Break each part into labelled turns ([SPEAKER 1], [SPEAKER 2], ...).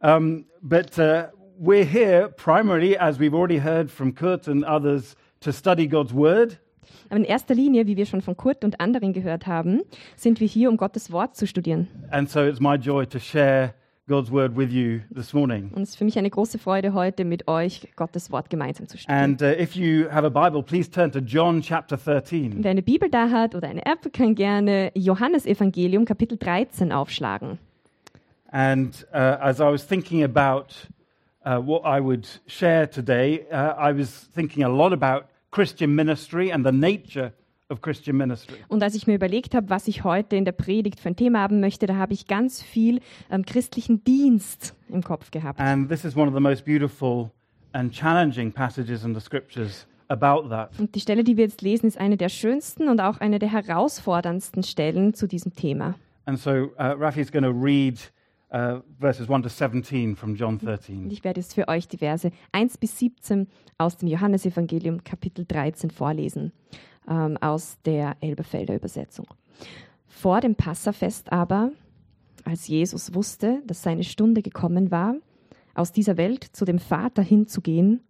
[SPEAKER 1] Um, but uh, we're here primarily, as we've already heard from Kurt and others, to study God's Word.
[SPEAKER 2] Aber in erster Linie, wie wir schon von Kurt und anderen gehört haben, sind wir hier, um Gottes Wort zu studieren.
[SPEAKER 1] And so it's my joy to share God's Word with you this morning.
[SPEAKER 2] Und es ist für mich eine große Freude, heute mit euch Gottes Wort gemeinsam zu studieren.
[SPEAKER 1] And uh, if you have a Bible, please turn to John chapter 13.
[SPEAKER 2] Wer eine Bibel da hat oder eine App, kann gerne Johannes Evangelium Kapitel 13 aufschlagen.
[SPEAKER 1] And uh, as I was thinking about uh, what I would share today, uh, I was thinking a lot about Christian ministry and the nature of Christian ministry.
[SPEAKER 2] Und als ich mir überlegt habe, was ich heute in der Predigt für ein Thema haben möchte, da habe ich ganz viel ähm, christlichen Dienst im Kopf gehabt.
[SPEAKER 1] And this is one of the most beautiful and challenging passages in the scriptures about that.
[SPEAKER 2] Und die Stelle, die wir jetzt lesen, ist eine der schönsten und auch eine der herausforderndsten Stellen zu diesem Thema.
[SPEAKER 1] And so uh, Rafi's going to read uh, verses 1 to 17 from John
[SPEAKER 2] Und
[SPEAKER 1] 13.
[SPEAKER 2] ich werde jetzt für euch die Verse 1 bis 17 aus dem Johannesevangelium Kapitel 13 vorlesen, ähm, aus der Elberfelder Übersetzung. Vor dem Passafest aber, als Jesus wusste, dass seine Stunde gekommen war, aus dieser Welt zu dem Vater hinzugehen,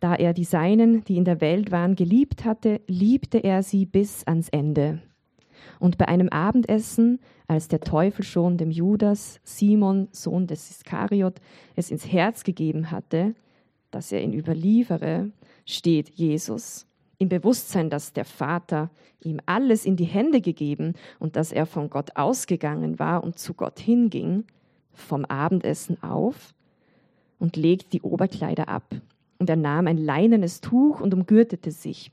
[SPEAKER 2] da er die Seinen, die in der Welt waren, geliebt hatte, liebte er sie bis ans Ende. Und bei einem Abendessen, als der Teufel schon dem Judas, Simon, Sohn des Iskariot, es ins Herz gegeben hatte, dass er ihn überliefere, steht Jesus im Bewusstsein, dass der Vater ihm alles in die Hände gegeben und dass er von Gott ausgegangen war und zu Gott hinging, vom Abendessen auf und legt die Oberkleider ab. Und er nahm ein leinenes Tuch und umgürtete sich.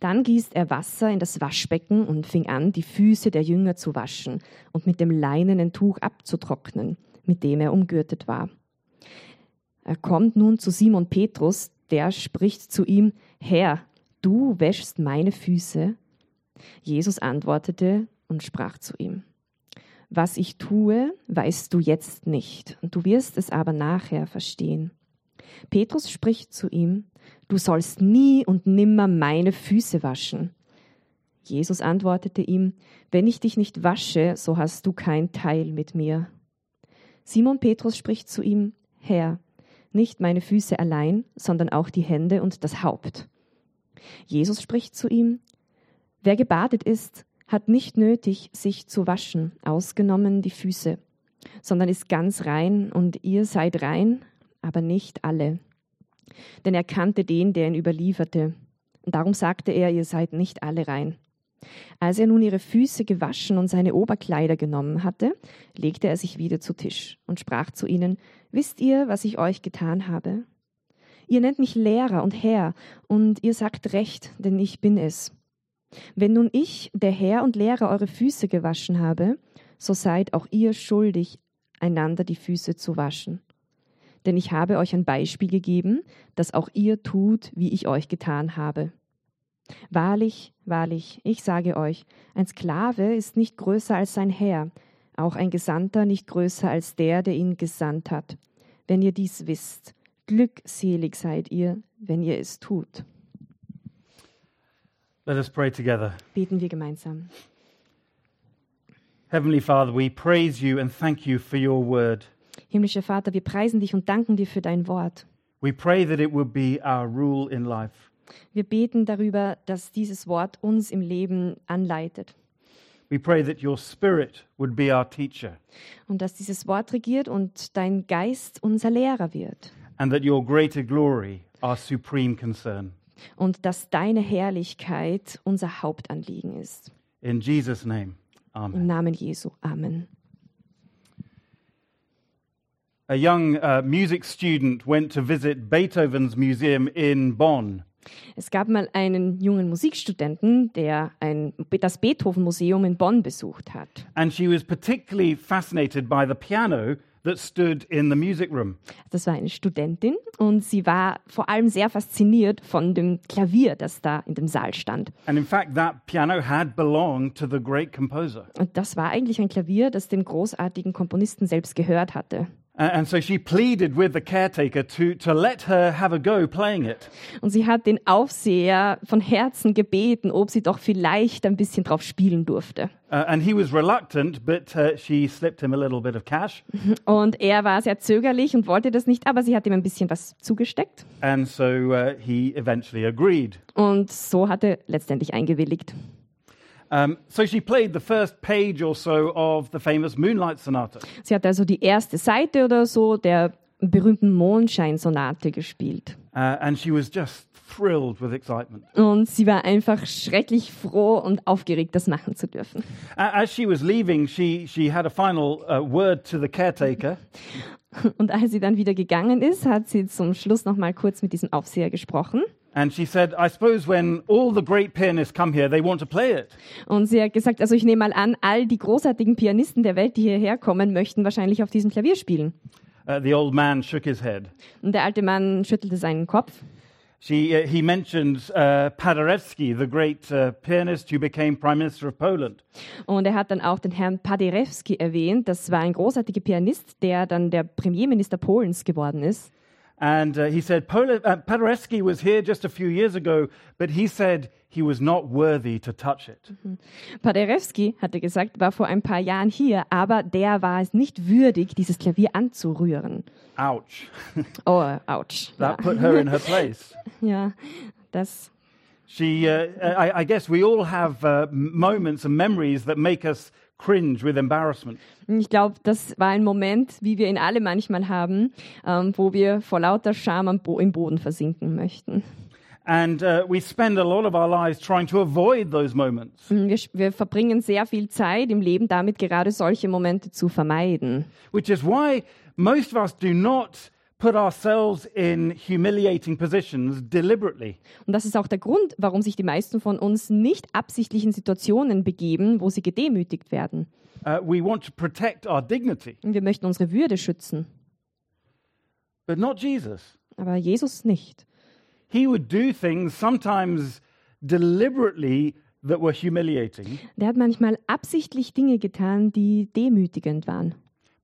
[SPEAKER 2] Dann gießt er Wasser in das Waschbecken und fing an, die Füße der Jünger zu waschen und mit dem leinenen Tuch abzutrocknen, mit dem er umgürtet war. Er kommt nun zu Simon Petrus, der spricht zu ihm, Herr, du wäschst meine Füße? Jesus antwortete und sprach zu ihm, Was ich tue, weißt du jetzt nicht, du wirst es aber nachher verstehen. Petrus spricht zu ihm, Du sollst nie und nimmer meine Füße waschen. Jesus antwortete ihm, Wenn ich dich nicht wasche, so hast du kein Teil mit mir. Simon Petrus spricht zu ihm, Herr, nicht meine Füße allein, sondern auch die Hände und das Haupt. Jesus spricht zu ihm, Wer gebadet ist, hat nicht nötig, sich zu waschen, ausgenommen die Füße, sondern ist ganz rein, und ihr seid rein, aber nicht alle. Denn er kannte den, der ihn überlieferte. Und darum sagte er, ihr seid nicht alle rein. Als er nun ihre Füße gewaschen und seine Oberkleider genommen hatte, legte er sich wieder zu Tisch und sprach zu ihnen, Wisst ihr, was ich euch getan habe? Ihr nennt mich Lehrer und Herr, und ihr sagt recht, denn ich bin es. Wenn nun ich, der Herr und Lehrer, eure Füße gewaschen habe, so seid auch ihr schuldig, einander die Füße zu waschen. Denn ich habe euch ein Beispiel gegeben, dass auch ihr tut, wie ich euch getan habe. Wahrlich, wahrlich, ich sage euch, ein Sklave ist nicht größer als sein Herr, auch ein Gesandter nicht größer als der, der ihn gesandt hat. Wenn ihr dies wisst, glückselig seid ihr, wenn ihr es tut.
[SPEAKER 1] Let us pray together.
[SPEAKER 2] Beten wir gemeinsam.
[SPEAKER 1] Heavenly Father, we praise you and thank you for your word.
[SPEAKER 2] Himmlischer Vater, wir preisen dich und danken dir für dein Wort.
[SPEAKER 1] We pray that it would be our rule in life.
[SPEAKER 2] Wir beten darüber, dass dieses Wort uns im Leben anleitet
[SPEAKER 1] We pray that your spirit would be our teacher
[SPEAKER 2] und dass dieses Wort regiert und dein Geist unser Lehrer wird
[SPEAKER 1] and that your greater glory, our supreme concern.
[SPEAKER 2] und dass deine Herrlichkeit unser Hauptanliegen ist.
[SPEAKER 1] In Jesus' name, amen.
[SPEAKER 2] Im Namen Jesu. Amen.
[SPEAKER 1] A young uh, music student went to visit Beethoven's museum in Bonn.
[SPEAKER 2] Es gab mal einen jungen Musikstudenten, der ein, das Beethoven-Museum in Bonn besucht hat.
[SPEAKER 1] and she was particularly fascinated by the piano that stood in the music room.
[SPEAKER 2] Das war eine Studentin und sie war vor allem sehr fasziniert von dem Klavier, das da in dem Saal stand.
[SPEAKER 1] And in fact, that piano had belonged to the great composer.
[SPEAKER 2] Und das war eigentlich ein Klavier, das dem großartigen Komponisten selbst gehört hatte.
[SPEAKER 1] And and so she pleaded with the caretaker to, to let her have a go playing it.
[SPEAKER 2] Und sie hat den Aufseher von Herzen gebeten, ob sie doch vielleicht ein bisschen drauf spielen durfte.
[SPEAKER 1] Uh, and he was reluctant, but uh, she slipped him a little bit of cash.
[SPEAKER 2] Und er war sehr zögerlich und wollte das nicht, aber sie hat ihm ein bisschen was zugesteckt.
[SPEAKER 1] And so uh, he eventually agreed.
[SPEAKER 2] Und so hat er letztendlich eingewilligt.
[SPEAKER 1] Um, so she played the first page or so of the famous Moonlight Sonata.
[SPEAKER 2] Sie hat also die erste Seite oder so der berühmten Mondscheinsonate gespielt.
[SPEAKER 1] Uh, and she was just thrilled with excitement.
[SPEAKER 2] Und sie war einfach schrecklich froh und aufgeregt, das machen zu dürfen.
[SPEAKER 1] A- as she was leaving, she, she had a final uh, word to the caretaker.
[SPEAKER 2] Und als sie dann wieder gegangen ist, hat sie zum Schluss nochmal kurz mit diesem Aufseher gesprochen.
[SPEAKER 1] And she said, I suppose when all the great pianists come here, they want to play it.
[SPEAKER 2] Und sie hat gesagt, also ich nehme mal an, all die großartigen Pianisten der Welt, die hierher kommen, möchten wahrscheinlich auf diesem Klavier spielen.
[SPEAKER 1] Uh, the old man shook his head.
[SPEAKER 2] Und der alte Mann schüttelte seinen Kopf.
[SPEAKER 1] She, uh, he mentioned uh, Paderewski, the great uh, pianist who became Prime Minister of Poland.
[SPEAKER 2] Und er hat dann auch den Herrn Paderewski erwähnt. Das war ein großartiger Pianist, der dann der Premierminister Polens geworden ist.
[SPEAKER 1] And uh, he said, Pole- uh, Paderewski was here just a few years ago, but he said he was not worthy to touch it.
[SPEAKER 2] Paderewski, hatte gesagt, war vor ein paar Jahren hier, aber der war es nicht würdig, dieses Klavier anzurühren.
[SPEAKER 1] Ouch.
[SPEAKER 2] Oh, ouch.
[SPEAKER 1] That
[SPEAKER 2] Ja,
[SPEAKER 1] put her in her place.
[SPEAKER 2] ja das.
[SPEAKER 1] She, uh, I, I guess we all have uh, m- moments and memories that make us cringe with embarrassment.
[SPEAKER 2] Ich glaube, das war ein Moment, wie wir ihn alle manchmal haben, ähm, wo wir vor lauter Scham am Bo im Boden versinken möchten.
[SPEAKER 1] And uh, we spend a lot of our lives trying to avoid those moments.
[SPEAKER 2] Wir, sch- wir verbringen sehr viel Zeit im Leben damit, gerade solche Momente zu vermeiden.
[SPEAKER 1] which is why most of us do not put ourselves in humiliating positions deliberately.
[SPEAKER 2] Und das ist auch der Grund, warum sich die meisten von uns nicht absichtlich in Situationen begeben, wo sie gedemütigt werden.
[SPEAKER 1] Uh, we want to protect our dignity,
[SPEAKER 2] Und Wir möchten unsere Würde schützen,
[SPEAKER 1] but not Jesus.
[SPEAKER 2] aber Jesus nicht.
[SPEAKER 1] He would do things sometimes deliberately that were humiliating
[SPEAKER 2] Der hat manchmal absichtlich Dinge getan, die demütigend waren,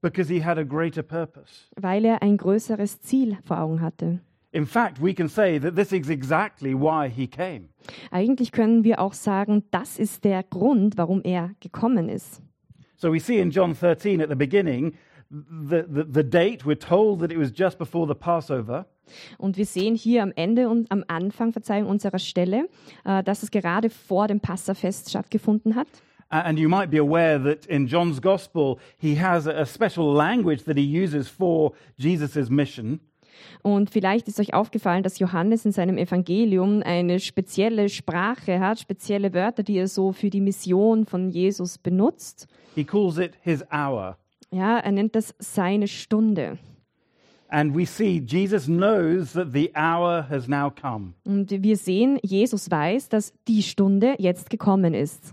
[SPEAKER 1] because he had a greater purpose.
[SPEAKER 2] weil er ein größeres Ziel vor Augen hatte.
[SPEAKER 1] In fact, we can say that this is exactly why he came.
[SPEAKER 2] Eigentlich können wir auch sagen, das ist der Grund, warum er gekommen ist.
[SPEAKER 1] So we see in John 13 at the beginning the, the, the date, we're told that it was just before the Passover.
[SPEAKER 2] Und wir sehen hier am Ende und am Anfang, Verzeihung, unserer Stelle, äh, dass es gerade vor dem Passafest stattgefunden hat.
[SPEAKER 1] Uh, And you might be aware that in John's gospel, he has a a special language that he uses for Jesus' mission.
[SPEAKER 2] Und vielleicht ist euch aufgefallen, dass Johannes in seinem Evangelium eine spezielle Sprache hat, spezielle Wörter, die er so für die Mission von Jesus benutzt.
[SPEAKER 1] He calls it his hour.
[SPEAKER 2] Ja, er nennt das seine Stunde.
[SPEAKER 1] And we see Jesus knows that the hour has now come.
[SPEAKER 2] Und wir sehen, Jesus weiß, dass die Stunde jetzt gekommen ist.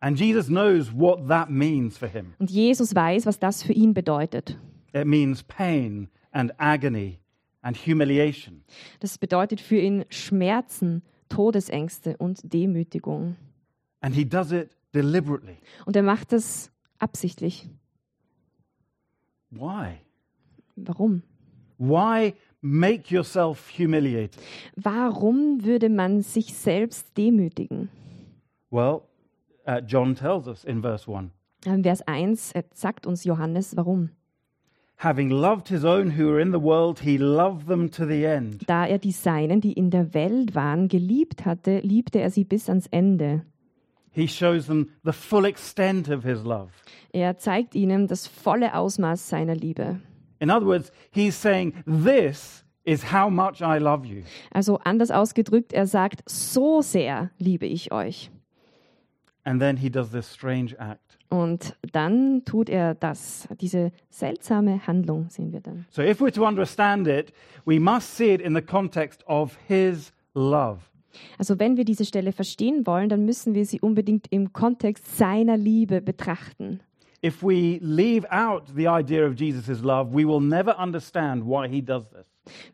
[SPEAKER 1] And Jesus knows what that means for him.
[SPEAKER 2] Und Jesus weiß, was das für ihn bedeutet.
[SPEAKER 1] It means pain and agony and humiliation.
[SPEAKER 2] Das bedeutet für ihn Schmerzen, Todesängste und Demütigung.
[SPEAKER 1] And he does it deliberately.
[SPEAKER 2] Und er macht das absichtlich.
[SPEAKER 1] Why?
[SPEAKER 2] Warum?
[SPEAKER 1] Why make yourself humiliated?
[SPEAKER 2] Warum würde man sich selbst demütigen?
[SPEAKER 1] Well, uh, John tells us in verse 1.
[SPEAKER 2] Ähm, Vers 1 äh, sagt uns Johannes, warum.
[SPEAKER 1] Having loved his own who are in the world, he loved them to the end.
[SPEAKER 2] Da er die Seinen, die in der Welt waren, geliebt hatte, liebte er sie bis ans Ende.
[SPEAKER 1] He shows them the full extent of his love.
[SPEAKER 2] Er zeigt ihnen das volle Ausmaß seiner Liebe.
[SPEAKER 1] In other words, he's saying, This is how much I love you.
[SPEAKER 2] Also anders ausgedrückt, er sagt, so sehr liebe ich euch.
[SPEAKER 1] And then he does this strange act.
[SPEAKER 2] Und dann tut er das, diese seltsame Handlung sehen wir dann.
[SPEAKER 1] So, if we're to understand it, we must see it in the context of his love.
[SPEAKER 2] Also wenn wir diese Stelle verstehen wollen, dann müssen wir sie unbedingt im Kontext seiner Liebe betrachten.
[SPEAKER 1] If we leave out the idea of Jesus' love, we will never understand why he does this.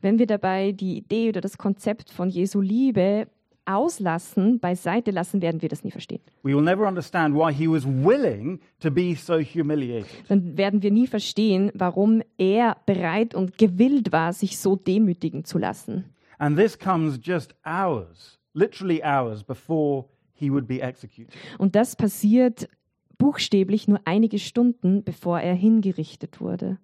[SPEAKER 2] Wenn wir dabei die Idee oder das Konzept von Jesu Liebe Auslassen beiseite lassen, werden wir das nie verstehen.
[SPEAKER 1] We will never understand why he was willing to be so humiliated.
[SPEAKER 2] Dann werden wir nie verstehen, warum er bereit und gewillt war, sich so demütigen zu lassen.
[SPEAKER 1] And this comes just hours, literally hours, before he would be executed.
[SPEAKER 2] Und das passiert buchstäblich nur einige Stunden, bevor er hingerichtet wurde.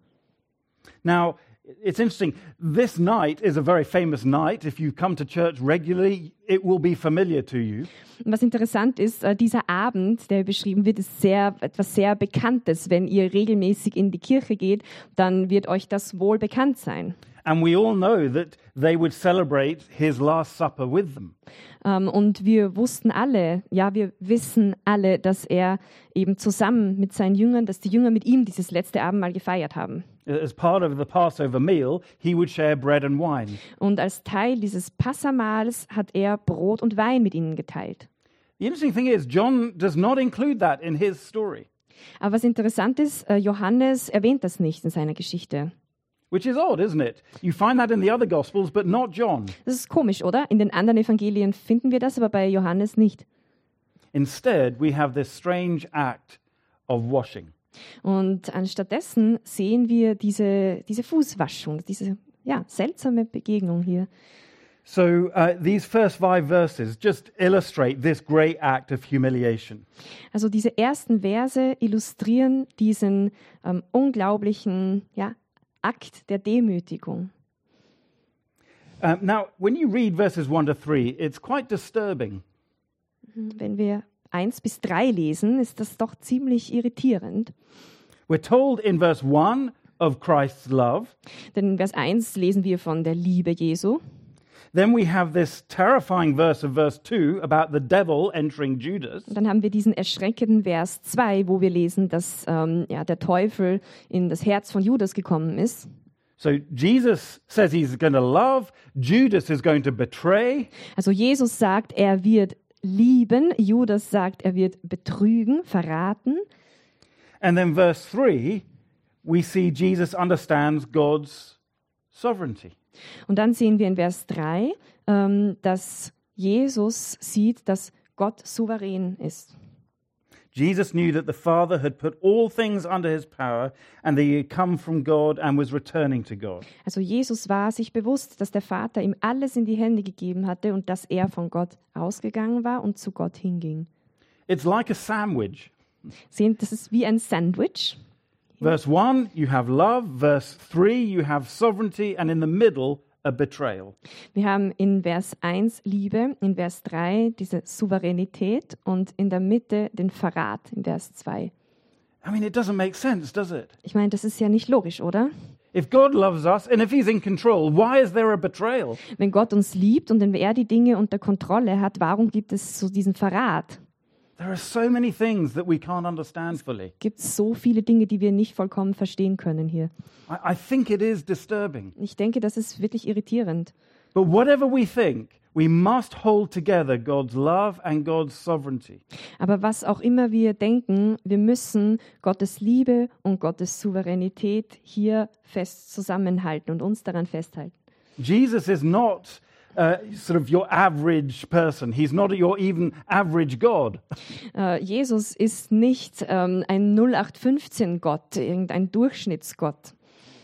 [SPEAKER 1] Now, it's interesting. This night is a very famous night. If you come to church regularly, it will be familiar to you.
[SPEAKER 2] Und was interessant ist, äh, dieser Abend, der hier beschrieben wird, ist sehr, etwas sehr Bekanntes. Wenn ihr regelmäßig in die Kirche geht, dann wird euch das wohl bekannt sein.
[SPEAKER 1] And we all know that they would celebrate his Last Supper with them.
[SPEAKER 2] Ähm, und wir wussten alle, ja, wir wissen alle, dass er eben zusammen mit seinen Jüngern, dass die Jünger mit ihm dieses letzte Abendmahl gefeiert haben.
[SPEAKER 1] As part of the Passover meal, he would share bread and wine.
[SPEAKER 2] Und als Teil dieses Passamahls hat er Brot und Wein mit ihnen geteilt.
[SPEAKER 1] The interesting thing is, John does not include that in his story,
[SPEAKER 2] Aber was interessant ist, äh, Johannes erwähnt das nicht in seiner Geschichte.
[SPEAKER 1] which is odd, isn't it? You find that in the other Gospels, but not John.
[SPEAKER 2] Das ist komisch, oder? In den anderen Evangelien finden wir das, aber bei Johannes nicht.
[SPEAKER 1] Instead, we have this strange act of washing.
[SPEAKER 2] Und anstattdessen sehen wir diese, diese Fußwaschung, diese ja, seltsame Begegnung hier.
[SPEAKER 1] So uh, these first five verses just illustrate this great act of humiliation.
[SPEAKER 2] Also diese ersten Verse illustrieren diesen ähm, unglaublichen ja, Akt der Demütigung.
[SPEAKER 1] Um, now, when you read verses one to three, it's quite disturbing.
[SPEAKER 2] Wenn wir eins bis drei lesen, ist das doch ziemlich irritierend.
[SPEAKER 1] We're told in verse one of Christ's love.
[SPEAKER 2] Denn in Vers 1 lesen wir von der Liebe Jesu.
[SPEAKER 1] Then we have this terrifying verse of verse two about the devil entering Judas.
[SPEAKER 2] Und dann haben wir diesen erschreckenden Vers 2, wo wir lesen, dass ähm, ja, der Teufel in das Herz von Judas gekommen ist.
[SPEAKER 1] So Jesus says he's going to love, Judas is going to betray,
[SPEAKER 2] Also Jesus sagt, er wird lieben, Judas sagt, er wird betrügen, verraten.
[SPEAKER 1] and then verse three, we see Jesus understands God's sovereignty.
[SPEAKER 2] Und dann sehen wir in Vers 3, ähm, dass Jesus sieht, dass Gott souverän ist.
[SPEAKER 1] Jesus knew that the Father had put all things under his power and that he had come from God and was returning to God.
[SPEAKER 2] Also Jesus war sich bewusst, dass der Vater ihm alles in die Hände gegeben hatte und dass er von Gott ausgegangen war und zu Gott hinging.
[SPEAKER 1] It's like a sandwich.
[SPEAKER 2] Sehen, das ist wie ein Sandwich.
[SPEAKER 1] Verse 1, you have love. Verse 3, you have sovereignty. And in the middle, a betrayal.
[SPEAKER 2] Wir haben in Vers 1 Liebe, in Vers 3 diese Souveränität und in der Mitte den Verrat in Vers 2.
[SPEAKER 1] I mean, it doesn't make sense, does it?
[SPEAKER 2] Ich meine, das ist ja nicht logisch, oder?
[SPEAKER 1] If God loves us and if he's in control, why is there a betrayal?
[SPEAKER 2] Wenn Gott uns liebt und wenn er die Dinge unter Kontrolle hat, warum gibt es so diesen Verrat?
[SPEAKER 1] There are so many things that we can't understand fully.
[SPEAKER 2] Gibt es so viele Dinge, die wir nicht vollkommen verstehen können hier.
[SPEAKER 1] I, I think it is disturbing.
[SPEAKER 2] Ich denke, das ist wirklich irritierend.
[SPEAKER 1] But whatever we think, we must hold together God's love and God's sovereignty.
[SPEAKER 2] Aber was auch immer wir denken, wir müssen Gottes Liebe und Gottes Souveränität hier fest zusammenhalten und uns daran festhalten.
[SPEAKER 1] Jesus is not uh, sort of your average person. He's not your even average God.
[SPEAKER 2] Äh, Jesus ist nicht ähm, ein 0815-Gott, irgendein Durchschnittsgott.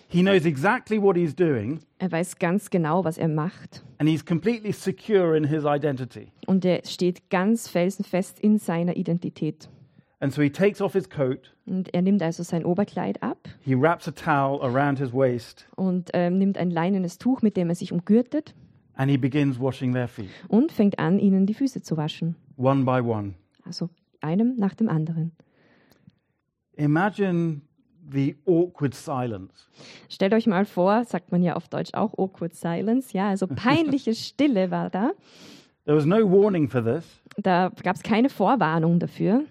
[SPEAKER 1] He knows exactly what he's doing
[SPEAKER 2] Er weiß ganz genau, was er macht.
[SPEAKER 1] and he's completely secure in his identity.
[SPEAKER 2] Und er steht ganz felsenfest in seiner Identität.
[SPEAKER 1] And so he takes off his coat,
[SPEAKER 2] Und er nimmt also sein Oberkleid ab
[SPEAKER 1] he wraps a towel around his waist,
[SPEAKER 2] und ähm, nimmt ein leinenes Tuch, mit dem er sich umgürtet,
[SPEAKER 1] and he begins washing their feet
[SPEAKER 2] und fängt an, ihnen die Füße zu waschen.
[SPEAKER 1] one by one.
[SPEAKER 2] Also einem nach dem anderen.
[SPEAKER 1] Imagine the awkward silence.
[SPEAKER 2] Stellt euch mal vor, sagt man ja auf Deutsch auch awkward silence, ja, also peinliche Stille war da.
[SPEAKER 1] There was no warning for this.
[SPEAKER 2] Da gab es keine Vorwarnung dafür.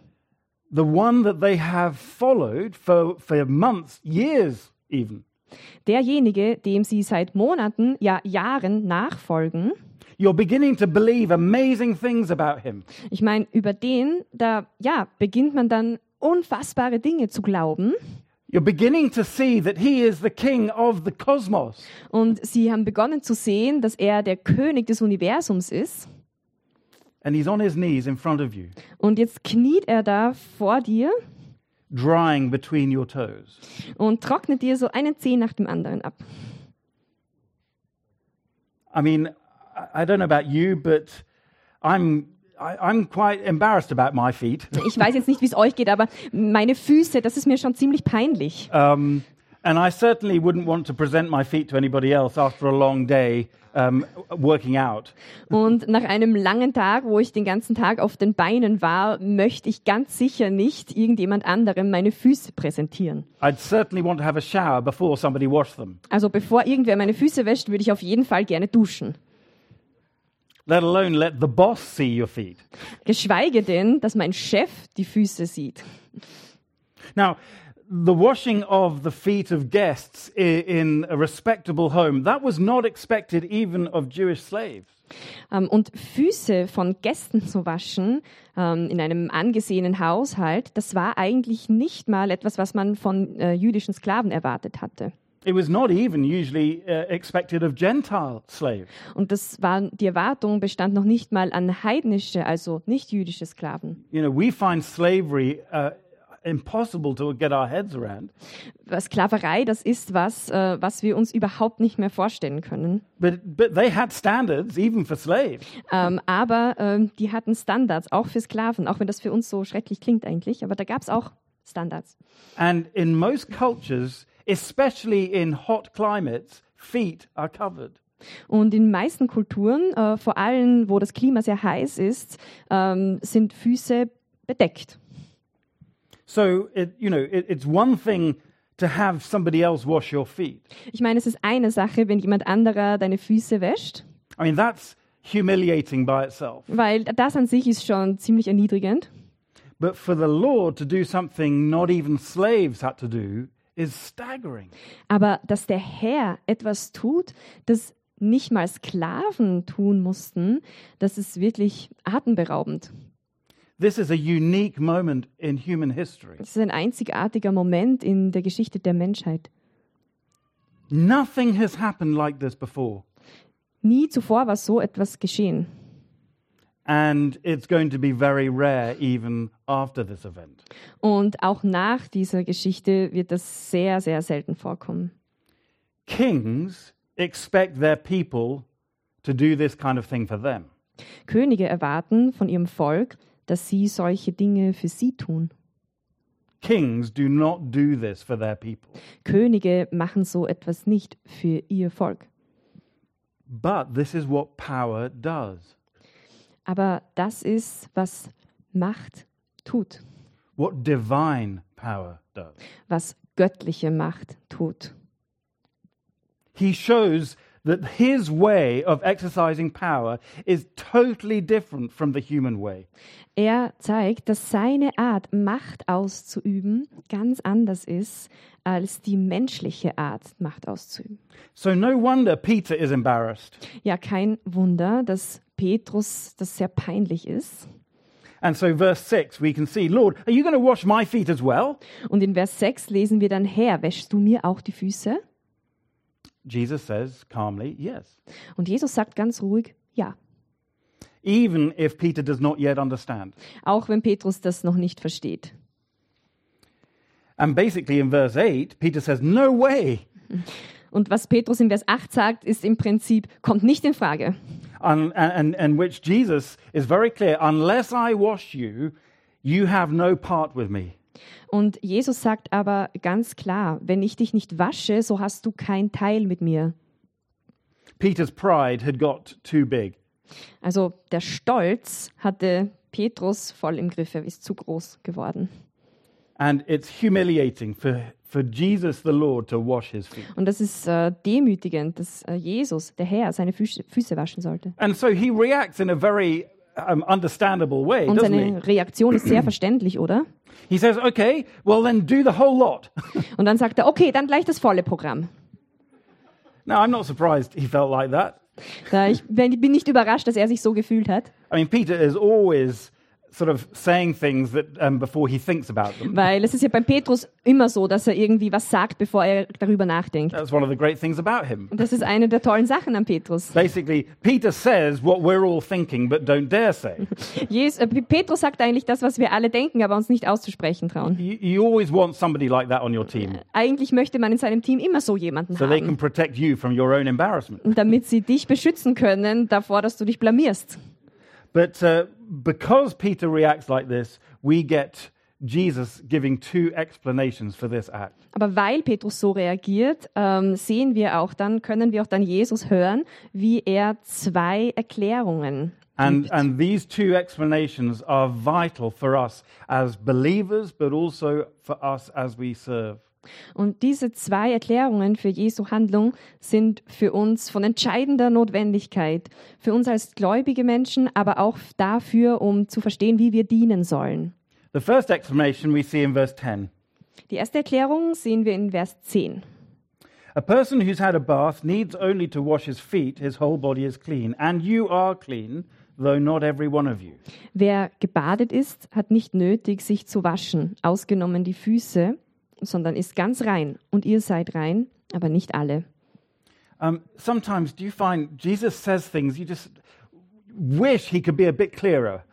[SPEAKER 1] The one that they have followed for, for months, years even.
[SPEAKER 2] Derjenige, dem sie seit Monaten, ja Jahren nachfolgen,
[SPEAKER 1] You're beginning to believe amazing things about him.
[SPEAKER 2] ich meine, über den, da ja, beginnt man dann unfassbare Dinge zu glauben.
[SPEAKER 1] You're beginning to see that he is the king of the cosmos.
[SPEAKER 2] Und sie haben begonnen zu sehen, dass er der König des Universums ist.
[SPEAKER 1] and he's on his knees in front of you,
[SPEAKER 2] Und jetzt kniet er da vor dir
[SPEAKER 1] drying between your toes.
[SPEAKER 2] und trocknet dir so einen Zeh nach dem anderen ab.
[SPEAKER 1] I mean, I- I don't know about you, but I'm, I, I'm quite embarrassed about my feet.
[SPEAKER 2] Ich weiß jetzt nicht, wie es euch geht, aber meine Füße, das ist mir schon ziemlich peinlich.
[SPEAKER 1] Um, and I certainly wouldn't want to present my feet to anybody else after a long day um, working out.
[SPEAKER 2] Und nach einem langen Tag, wo ich den ganzen Tag auf den Beinen war, möchte ich ganz sicher nicht irgendjemand anderem meine Füße präsentieren.
[SPEAKER 1] I'd certainly want to have a shower before somebody washed them,
[SPEAKER 2] Also bevor irgendwer meine Füße wäscht, würde ich auf jeden Fall gerne duschen.
[SPEAKER 1] let alone let the boss see your feet.
[SPEAKER 2] Geschweige denn, dass mein Chef die Füße sieht.
[SPEAKER 1] Now, the washing of the feet of guests i- in a respectable home, that was not expected even of Jewish slaves.
[SPEAKER 2] Ähm, Und Füße von Gästen zu waschen ähm, in einem angesehenen Haushalt, das war eigentlich nicht mal etwas, was man von äh, jüdischen Sklaven erwartet hatte.
[SPEAKER 1] It was not even usually uh, expected of Gentile slaves.
[SPEAKER 2] Und das war, die Erwartung bestand noch nicht mal an heidnische, also nicht jüdische Sklaven.
[SPEAKER 1] You know, we find slavery uh, impossible to get our heads around,
[SPEAKER 2] Sklaverei, das ist was, äh, was wir uns überhaupt nicht mehr vorstellen können.
[SPEAKER 1] but, but they had standards even for slaves.
[SPEAKER 2] Ähm, aber ähm, die hatten Standards, auch für Sklaven, auch wenn das für uns so schrecklich klingt eigentlich. Aber da gab es auch Standards.
[SPEAKER 1] And in most cultures, especially in hot climates, feet are covered.
[SPEAKER 2] Und in meisten Kulturen, äh, vor allem wo das Klima sehr heiß ist, ähm, sind Füße bedeckt.
[SPEAKER 1] So, it, you know, it, it's one thing to have somebody else wash your feet.
[SPEAKER 2] Ich meine, es ist eine Sache, wenn jemand anderer deine Füße wäscht,
[SPEAKER 1] I mean, that's humiliating by itself.
[SPEAKER 2] weil das an sich ist schon ziemlich erniedrigend.
[SPEAKER 1] But for the Lord to do something not even slaves had to do is staggering.
[SPEAKER 2] Aber dass der Herr etwas tut, das nicht mal Sklaven tun mussten, das ist wirklich atemberaubend.
[SPEAKER 1] This is a unique moment in human history.
[SPEAKER 2] Das ist ein einzigartiger Moment in der Geschichte der Menschheit.
[SPEAKER 1] Nothing has happened like this before,
[SPEAKER 2] Nie zuvor war so etwas geschehen.
[SPEAKER 1] and it's going to be very rare even after this event.
[SPEAKER 2] Und auch nach dieser Geschichte wird das sehr, sehr selten vorkommen.
[SPEAKER 1] Kings expect their people to do this kind of thing for them.
[SPEAKER 2] Könige erwarten von ihrem Volk, dass sie solche Dinge für sie tun.
[SPEAKER 1] Kings do not do this for their people.
[SPEAKER 2] Könige machen so etwas nicht für ihr Volk.
[SPEAKER 1] But this is what power does.
[SPEAKER 2] Aber das ist, was Macht tut,
[SPEAKER 1] What divine power does.
[SPEAKER 2] was göttliche Macht tut.
[SPEAKER 1] He shows that his way of exercising power is totally different from the human way.
[SPEAKER 2] Er zeigt, dass seine Art, Macht auszuüben, ganz anders ist als die menschliche Art, Macht auszuüben.
[SPEAKER 1] So no wonder Peter is embarrassed.
[SPEAKER 2] Ja, kein Wunder, dass Petrus das sehr peinlich ist.
[SPEAKER 1] And so, verse 6, we can see, Lord, are you going to wash my feet as well?
[SPEAKER 2] Und in Vers 6 lesen wir dann, Herr, wäschst du mir auch die Füße?
[SPEAKER 1] Jesus says calmly, yes.
[SPEAKER 2] Und Jesus sagt ganz ruhig, ja.
[SPEAKER 1] Even if Peter does not yet understand.
[SPEAKER 2] Auch wenn Petrus das noch nicht versteht.
[SPEAKER 1] And basically, in verse 8, Peter says, No way,
[SPEAKER 2] Und was Petrus in Vers 8 sagt, ist im Prinzip, kommt nicht in Frage.
[SPEAKER 1] and, and, and which Jesus is very clear unless I wash you, you have no part with me.
[SPEAKER 2] Und Jesus sagt aber ganz klar, wenn ich dich nicht wasche, so hast du kein Teil mit mir.
[SPEAKER 1] Peter's pride had got too big.
[SPEAKER 2] Also der Stolz hatte Petrus voll im Griff, er ist zu groß geworden.
[SPEAKER 1] And it's humiliating for, for Jesus the Lord to wash his feet.
[SPEAKER 2] Und das ist äh, demütigend, dass äh, Jesus, der Herr, seine Füße, Füße waschen sollte.
[SPEAKER 1] And so he reacts in a very um, understandable way,
[SPEAKER 2] Und
[SPEAKER 1] doesn't
[SPEAKER 2] seine Reaktion ist sehr verständlich, oder?
[SPEAKER 1] he? He says, okay, well then do the whole lot.
[SPEAKER 2] Und dann sagt er, okay, dann gleich das volle Programm.
[SPEAKER 1] now, I'm not surprised he felt like that.
[SPEAKER 2] Da ich bin bin nicht überrascht, dass er sich so gefühlt hat.
[SPEAKER 1] I mean, Peter is always sort of saying things that um, before he thinks about them.
[SPEAKER 2] Weil es ist ja beim Petrus immer so, dass er irgendwie was sagt, bevor er darüber nachdenkt.
[SPEAKER 1] That's one of the great things about him.
[SPEAKER 2] Und das ist eine der tollen Sachen an Petrus.
[SPEAKER 1] Basically, Peter says what we're all thinking but don't dare say.
[SPEAKER 2] Jes- äh, Petrus sagt eigentlich das, was wir alle denken, aber uns nicht auszusprechen trauen.
[SPEAKER 1] you, you always want somebody like that on your team
[SPEAKER 2] Eigentlich möchte man in seinem Team immer so jemanden
[SPEAKER 1] so they can
[SPEAKER 2] haben,
[SPEAKER 1] protect you from your own embarrassment.
[SPEAKER 2] damit sie dich beschützen können davor, dass du dich blamierst.
[SPEAKER 1] But uh, because Peter reacts like this, we get Jesus giving two explanations for this act.
[SPEAKER 2] Aber weil Petrus so reagiert, ähm, sehen wir auch dann, können wir auch dann Jesus hören, wie er zwei Erklärungen
[SPEAKER 1] And, and these two explanations are vital for us as believers, but also for us as we serve.
[SPEAKER 2] Und diese zwei Erklärungen für Jesu Handlung sind für uns von entscheidender Notwendigkeit, für uns als gläubige Menschen, aber auch dafür, um zu verstehen, wie wir dienen sollen.
[SPEAKER 1] The first explanation we see in verse 10.
[SPEAKER 2] Die erste Erklärung sehen wir in Vers 10.
[SPEAKER 1] A person who's had a bath needs only to wash his feet, his whole body is clean. And you are clean, though not every one of you.
[SPEAKER 2] Wer gebadet ist, hat nicht nötig, sich zu waschen, ausgenommen die Füße, sondern ist ganz rein. Und ihr seid rein, aber nicht alle.
[SPEAKER 1] Um, sometimes, do you find Jesus says things you just wish he could be a bit clearer?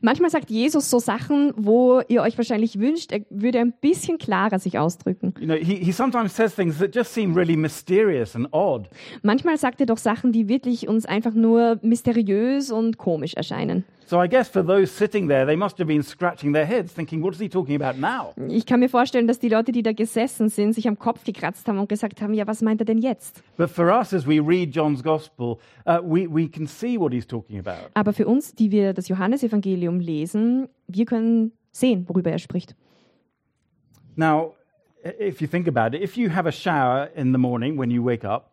[SPEAKER 2] Manchmal sagt Jesus so Sachen, wo ihr euch wahrscheinlich wünscht, er würde ein bisschen klarer sich ausdrücken.
[SPEAKER 1] You know, he, he sometimes says things that just seem really mysterious and odd.
[SPEAKER 2] Manchmal sagt er doch Sachen, die wirklich uns einfach nur mysteriös und komisch erscheinen.
[SPEAKER 1] So I guess for those sitting there, they must have been scratching their heads thinking, what is he talking about now?
[SPEAKER 2] Ich kann mir vorstellen, dass die Leute, die da gesessen sind, sich am Kopf gekratzt haben und gesagt haben, ja, was meint er denn jetzt?
[SPEAKER 1] But for us, as we read John's gospel, uh, we, we can see what he's talking about.
[SPEAKER 2] Aber für uns, die wir das Johannesevangelium lesen, wir können sehen, worüber er spricht.
[SPEAKER 1] Now, i- if you think about it, if you have a shower in the morning when you wake up,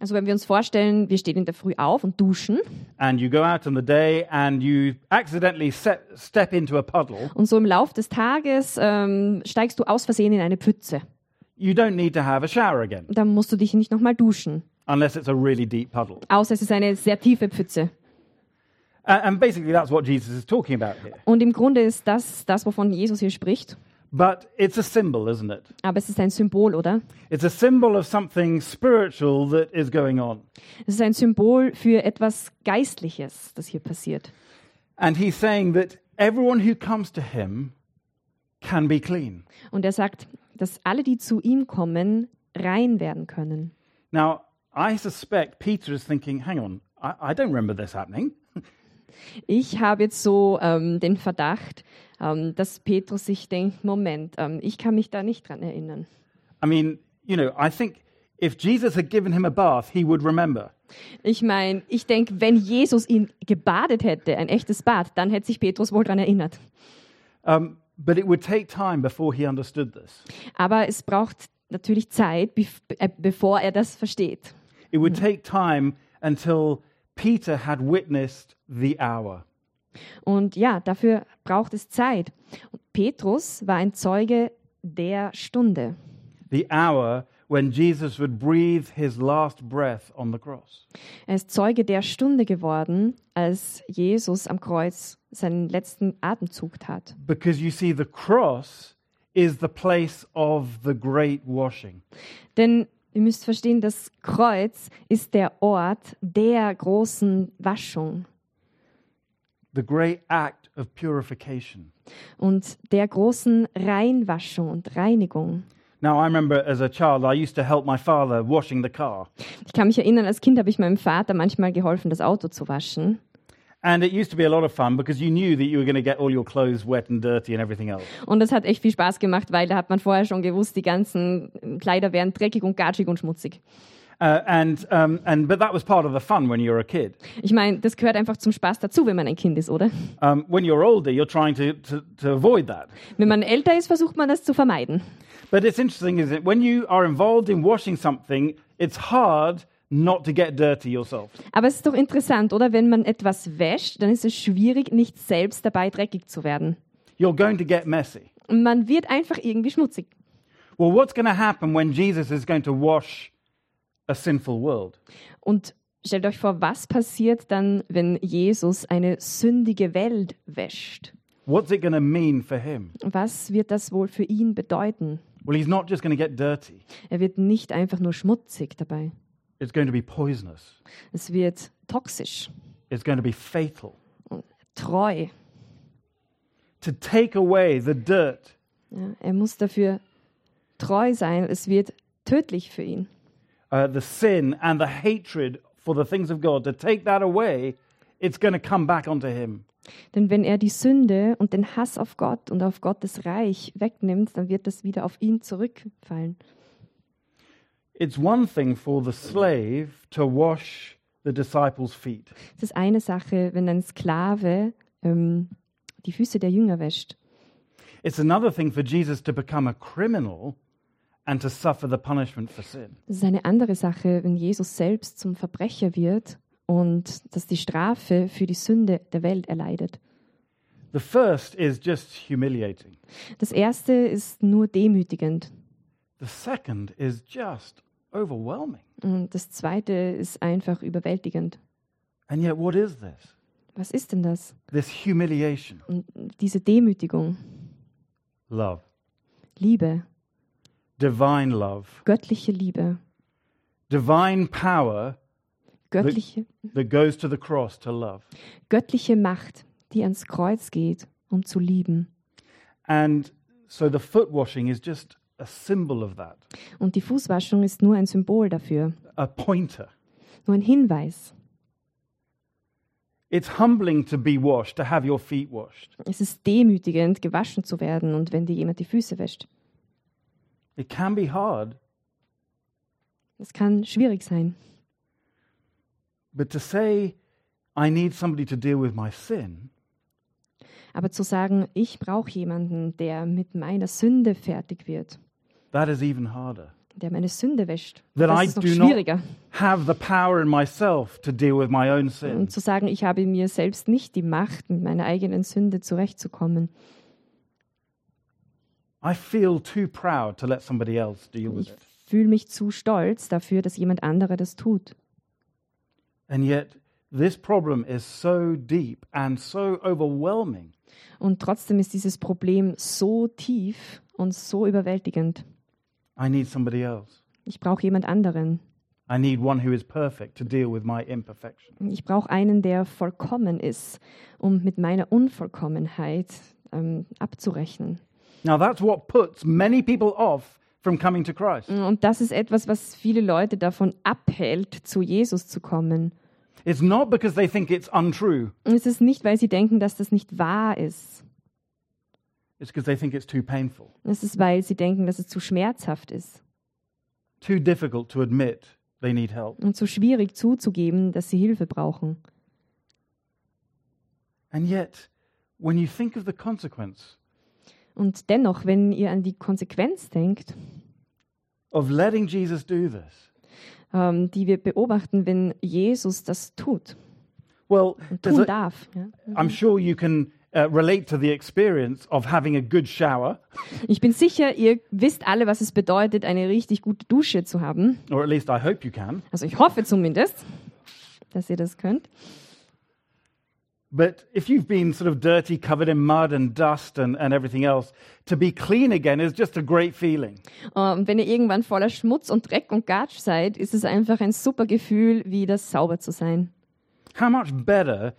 [SPEAKER 2] Also wenn wir uns vorstellen, wir stehen in der Früh auf und duschen
[SPEAKER 1] and you go out on the day and you accidentally set, step into a puddle,
[SPEAKER 2] und so im Lauf des Tages ähm, steigst du aus Versehen in eine Pfütze.
[SPEAKER 1] you don't need to have a shower again,
[SPEAKER 2] Dann musst du dich nicht nochmal duschen,
[SPEAKER 1] unless it's a really deep puddle.
[SPEAKER 2] außer es ist eine sehr tiefe Pfütze.
[SPEAKER 1] A- and basically, that's what Jesus is talking about here.
[SPEAKER 2] Und im Grunde ist das das, wovon Jesus hier spricht.
[SPEAKER 1] But it's a symbol, isn't it?
[SPEAKER 2] Aber es ist ein Symbol, oder?
[SPEAKER 1] It's a symbol of something spiritual that is going on.
[SPEAKER 2] Es ist ein Symbol für etwas Geistliches, das hier passiert.
[SPEAKER 1] And he's saying that everyone who comes to him can be clean.
[SPEAKER 2] Und er sagt, dass alle, die zu ihm kommen, rein werden können.
[SPEAKER 1] Now, I suspect Peter is thinking, hang on, I, I don't remember this happening.
[SPEAKER 2] Ich habe jetzt so ähm, den Verdacht, ähm, dass Petrus sich denkt, Moment, ähm, ich kann mich da nicht dran erinnern.
[SPEAKER 1] I mean, you know, I think if Jesus had given him a bath, he would remember.
[SPEAKER 2] Ich meine, ich denke, wenn Jesus ihn gebadet hätte, ein echtes Bad, dann hätte sich Petrus wohl dran erinnert.
[SPEAKER 1] Um, but it would take time before he understood this.
[SPEAKER 2] Aber es braucht natürlich Zeit, bef- äh, bevor er das versteht.
[SPEAKER 1] It would take time until Peter had witnessed the hour.
[SPEAKER 2] Und ja, dafür braucht es Zeit. Und Petrus war ein Zeuge der Stunde,
[SPEAKER 1] the hour when Jesus would breathe his last breath on the cross.
[SPEAKER 2] er ist Zeuge der Stunde geworden, als Jesus am Kreuz seinen letzten Atemzug tat.
[SPEAKER 1] Because you see, the cross is the place of the great washing.
[SPEAKER 2] Denn ihr müsst verstehen, das Kreuz ist der Ort der großen Waschung
[SPEAKER 1] The great act of purification.
[SPEAKER 2] und der großen Reinwaschung und Reinigung.
[SPEAKER 1] Now, I remember as a child, I used to help my father washing the car.
[SPEAKER 2] Ich kann mich erinnern, als Kind habe ich meinem Vater manchmal geholfen, das Auto zu waschen.
[SPEAKER 1] And it used to be a lot of fun because you knew that you were going to get all your clothes wet and dirty and everything else.
[SPEAKER 2] Und das hat echt viel Spaß gemacht, weil da hat man vorher schon gewusst, die ganzen Kleider wären dreckig und gatschig und schmutzig.
[SPEAKER 1] Uh, and, um, and, but that was part of the fun when you were a kid.
[SPEAKER 2] Ich meine, das gehört einfach zum Spaß dazu, wenn man ein Kind ist, oder?
[SPEAKER 1] Um, when you're older, you're trying to, to, to avoid that.
[SPEAKER 2] Wenn man älter ist, versucht man das zu vermeiden.
[SPEAKER 1] But it's interesting, isn't it? When you are involved in washing something, it's hard not to get dirty yourself.
[SPEAKER 2] Aber es ist doch interessant, oder? Wenn man etwas wäscht, dann ist es schwierig, nicht selbst dabei dreckig zu werden.
[SPEAKER 1] You're going to get messy.
[SPEAKER 2] Und man wird einfach irgendwie schmutzig.
[SPEAKER 1] Well, what's going to happen when Jesus is going to wash a sinful world?
[SPEAKER 2] Und stellt euch vor, was passiert dann, wenn Jesus eine sündige Welt wäscht?
[SPEAKER 1] What's it going to mean for him?
[SPEAKER 2] Was wird das wohl für ihn bedeuten?
[SPEAKER 1] Well, he's not just going to get dirty,
[SPEAKER 2] Er wird nicht einfach nur schmutzig dabei.
[SPEAKER 1] it's going to be poisonous,
[SPEAKER 2] Es wird toxisch,
[SPEAKER 1] it's going to be fatal.
[SPEAKER 2] treu.
[SPEAKER 1] To take away the dirt
[SPEAKER 2] Ja, er muss dafür treu sein. Es wird tödlich für ihn.
[SPEAKER 1] uh, the sin and the hatred for the things of God, to take that away, it's going to come back onto him.
[SPEAKER 2] Denn wenn er die Sünde und den Hass auf Gott und auf Gottes Reich wegnimmt, dann wird das wieder auf ihn zurückfallen.
[SPEAKER 1] It's one thing for the slave to wash the disciples' feet,
[SPEAKER 2] Es ist eine Sache, wenn ein Sklave ähm, die Füße der Jünger wäscht.
[SPEAKER 1] it's another thing for Jesus to become a criminal and to suffer the punishment for sin.
[SPEAKER 2] Es ist eine andere Sache, wenn Jesus selbst zum Verbrecher wird und dass die Strafe für die Sünde der Welt erleidet.
[SPEAKER 1] The first is just humiliating,
[SPEAKER 2] Das erste ist nur demütigend.
[SPEAKER 1] the second is just overwhelming.
[SPEAKER 2] Und das zweite ist einfach überwältigend.
[SPEAKER 1] And yet, what is this?
[SPEAKER 2] Was ist denn das?
[SPEAKER 1] This humiliation,
[SPEAKER 2] Und diese Demütigung,
[SPEAKER 1] love,
[SPEAKER 2] Liebe,
[SPEAKER 1] divine love,
[SPEAKER 2] göttliche Liebe,
[SPEAKER 1] divine power
[SPEAKER 2] göttliche,
[SPEAKER 1] that goes to the cross to love.
[SPEAKER 2] göttliche Macht, die ans Kreuz geht, um zu lieben.
[SPEAKER 1] And so the foot washing is just a symbol of that,
[SPEAKER 2] Und die Fußwaschung ist nur ein Symbol dafür,
[SPEAKER 1] a pointer.
[SPEAKER 2] nur ein Hinweis.
[SPEAKER 1] It's humbling to be washed, to have your feet washed.
[SPEAKER 2] Es ist demütigend, gewaschen zu werden und wenn dir jemand die Füße wäscht.
[SPEAKER 1] It can be hard,
[SPEAKER 2] Das kann schwierig sein.
[SPEAKER 1] but to say, I need somebody to deal with my sin,
[SPEAKER 2] Aber zu sagen, ich brauche jemanden, der mit meiner Sünde fertig wird,
[SPEAKER 1] that is even harder.
[SPEAKER 2] der meine Sünde wäscht,
[SPEAKER 1] That
[SPEAKER 2] das
[SPEAKER 1] I
[SPEAKER 2] ist noch
[SPEAKER 1] do not-
[SPEAKER 2] schwieriger.
[SPEAKER 1] Have the power in myself to deal with my own sin.
[SPEAKER 2] Und zu sagen, ich habe mir selbst nicht die Macht, mit meiner eigenen Sünde zurechtzukommen.
[SPEAKER 1] I feel too proud to let somebody else deal with
[SPEAKER 2] Ich
[SPEAKER 1] it.
[SPEAKER 2] fühle mich zu stolz dafür, dass jemand anderer das tut.
[SPEAKER 1] And yet, this problem is so deep and so overwhelming
[SPEAKER 2] Und trotzdem ist dieses Problem so tief und so überwältigend.
[SPEAKER 1] I need somebody else.
[SPEAKER 2] Ich brauche jemand anderen.
[SPEAKER 1] I need one who is perfect to deal with my imperfection.
[SPEAKER 2] Ich brauche einen, der vollkommen ist, um mit meiner Unvollkommenheit ähm, abzurechnen.
[SPEAKER 1] Now, that's what puts many people off from coming to Christ.
[SPEAKER 2] Und das ist etwas, was viele Leute davon abhält, zu Jesus zu kommen.
[SPEAKER 1] It's not because they think it's untrue,
[SPEAKER 2] Und es ist nicht, weil sie denken, dass das nicht wahr ist.
[SPEAKER 1] it's because they think it's too painful,
[SPEAKER 2] Es ist, weil sie denken, dass es zu schmerzhaft ist
[SPEAKER 1] too difficult to admit they need help.
[SPEAKER 2] und zu schwierig zuzugeben, dass sie Hilfe brauchen.
[SPEAKER 1] And yet, when you think of the consequence
[SPEAKER 2] Und dennoch, wenn ihr an die Konsequenz denkt,
[SPEAKER 1] of letting Jesus do this,
[SPEAKER 2] ähm, die wir beobachten, wenn Jesus das tut
[SPEAKER 1] well,
[SPEAKER 2] und
[SPEAKER 1] there's
[SPEAKER 2] tun
[SPEAKER 1] a,
[SPEAKER 2] darf. Ja?
[SPEAKER 1] I'm sure you can uh, relate to the experience of having a good shower,
[SPEAKER 2] Ich bin sicher, ihr wisst alle, was es bedeutet, eine richtig gute Dusche zu haben.
[SPEAKER 1] or at least I hope you can.
[SPEAKER 2] Also ich hoffe zumindest, dass ihr das könnt.
[SPEAKER 1] But if you've been sort of dirty, covered in mud and dust and, and everything else, to be clean again is just a great feeling.
[SPEAKER 2] Äh, Und wenn ihr irgendwann voller Schmutz und Dreck und Gatsch seid, ist es einfach ein super Gefühl, wieder sauber zu sein.
[SPEAKER 1] How much better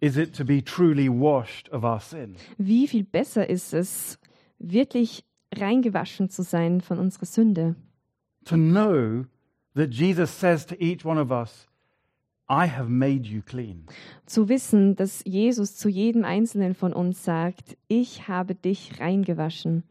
[SPEAKER 1] is it to be truly washed of our sin?
[SPEAKER 2] Wie viel besser ist es, wirklich reingewaschen zu sein von unserer Sünde?
[SPEAKER 1] To know that Jesus says to each one of us, I have made you clean.
[SPEAKER 2] zu wissen, dass Jesus zu jedem Einzelnen von uns sagt, ich habe dich reingewaschen.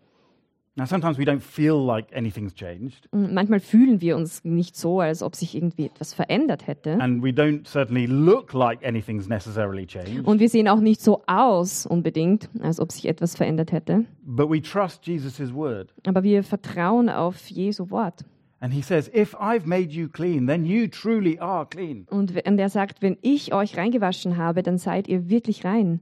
[SPEAKER 1] Now, sometimes we don't feel like anything's changed,
[SPEAKER 2] Und Manchmal fühlen wir uns nicht so, als ob sich irgendwie etwas verändert hätte.
[SPEAKER 1] and we don't certainly look like anything's necessarily changed,
[SPEAKER 2] Und wir sehen auch nicht so aus unbedingt, als ob sich etwas verändert hätte.
[SPEAKER 1] but we trust Jesus' word.
[SPEAKER 2] Aber wir vertrauen auf Jesu Wort.
[SPEAKER 1] And he says, If I've made you clean, then you truly are clean.
[SPEAKER 2] Und w- und er sagt, wenn ich euch reingewaschen habe, dann seid ihr wirklich rein.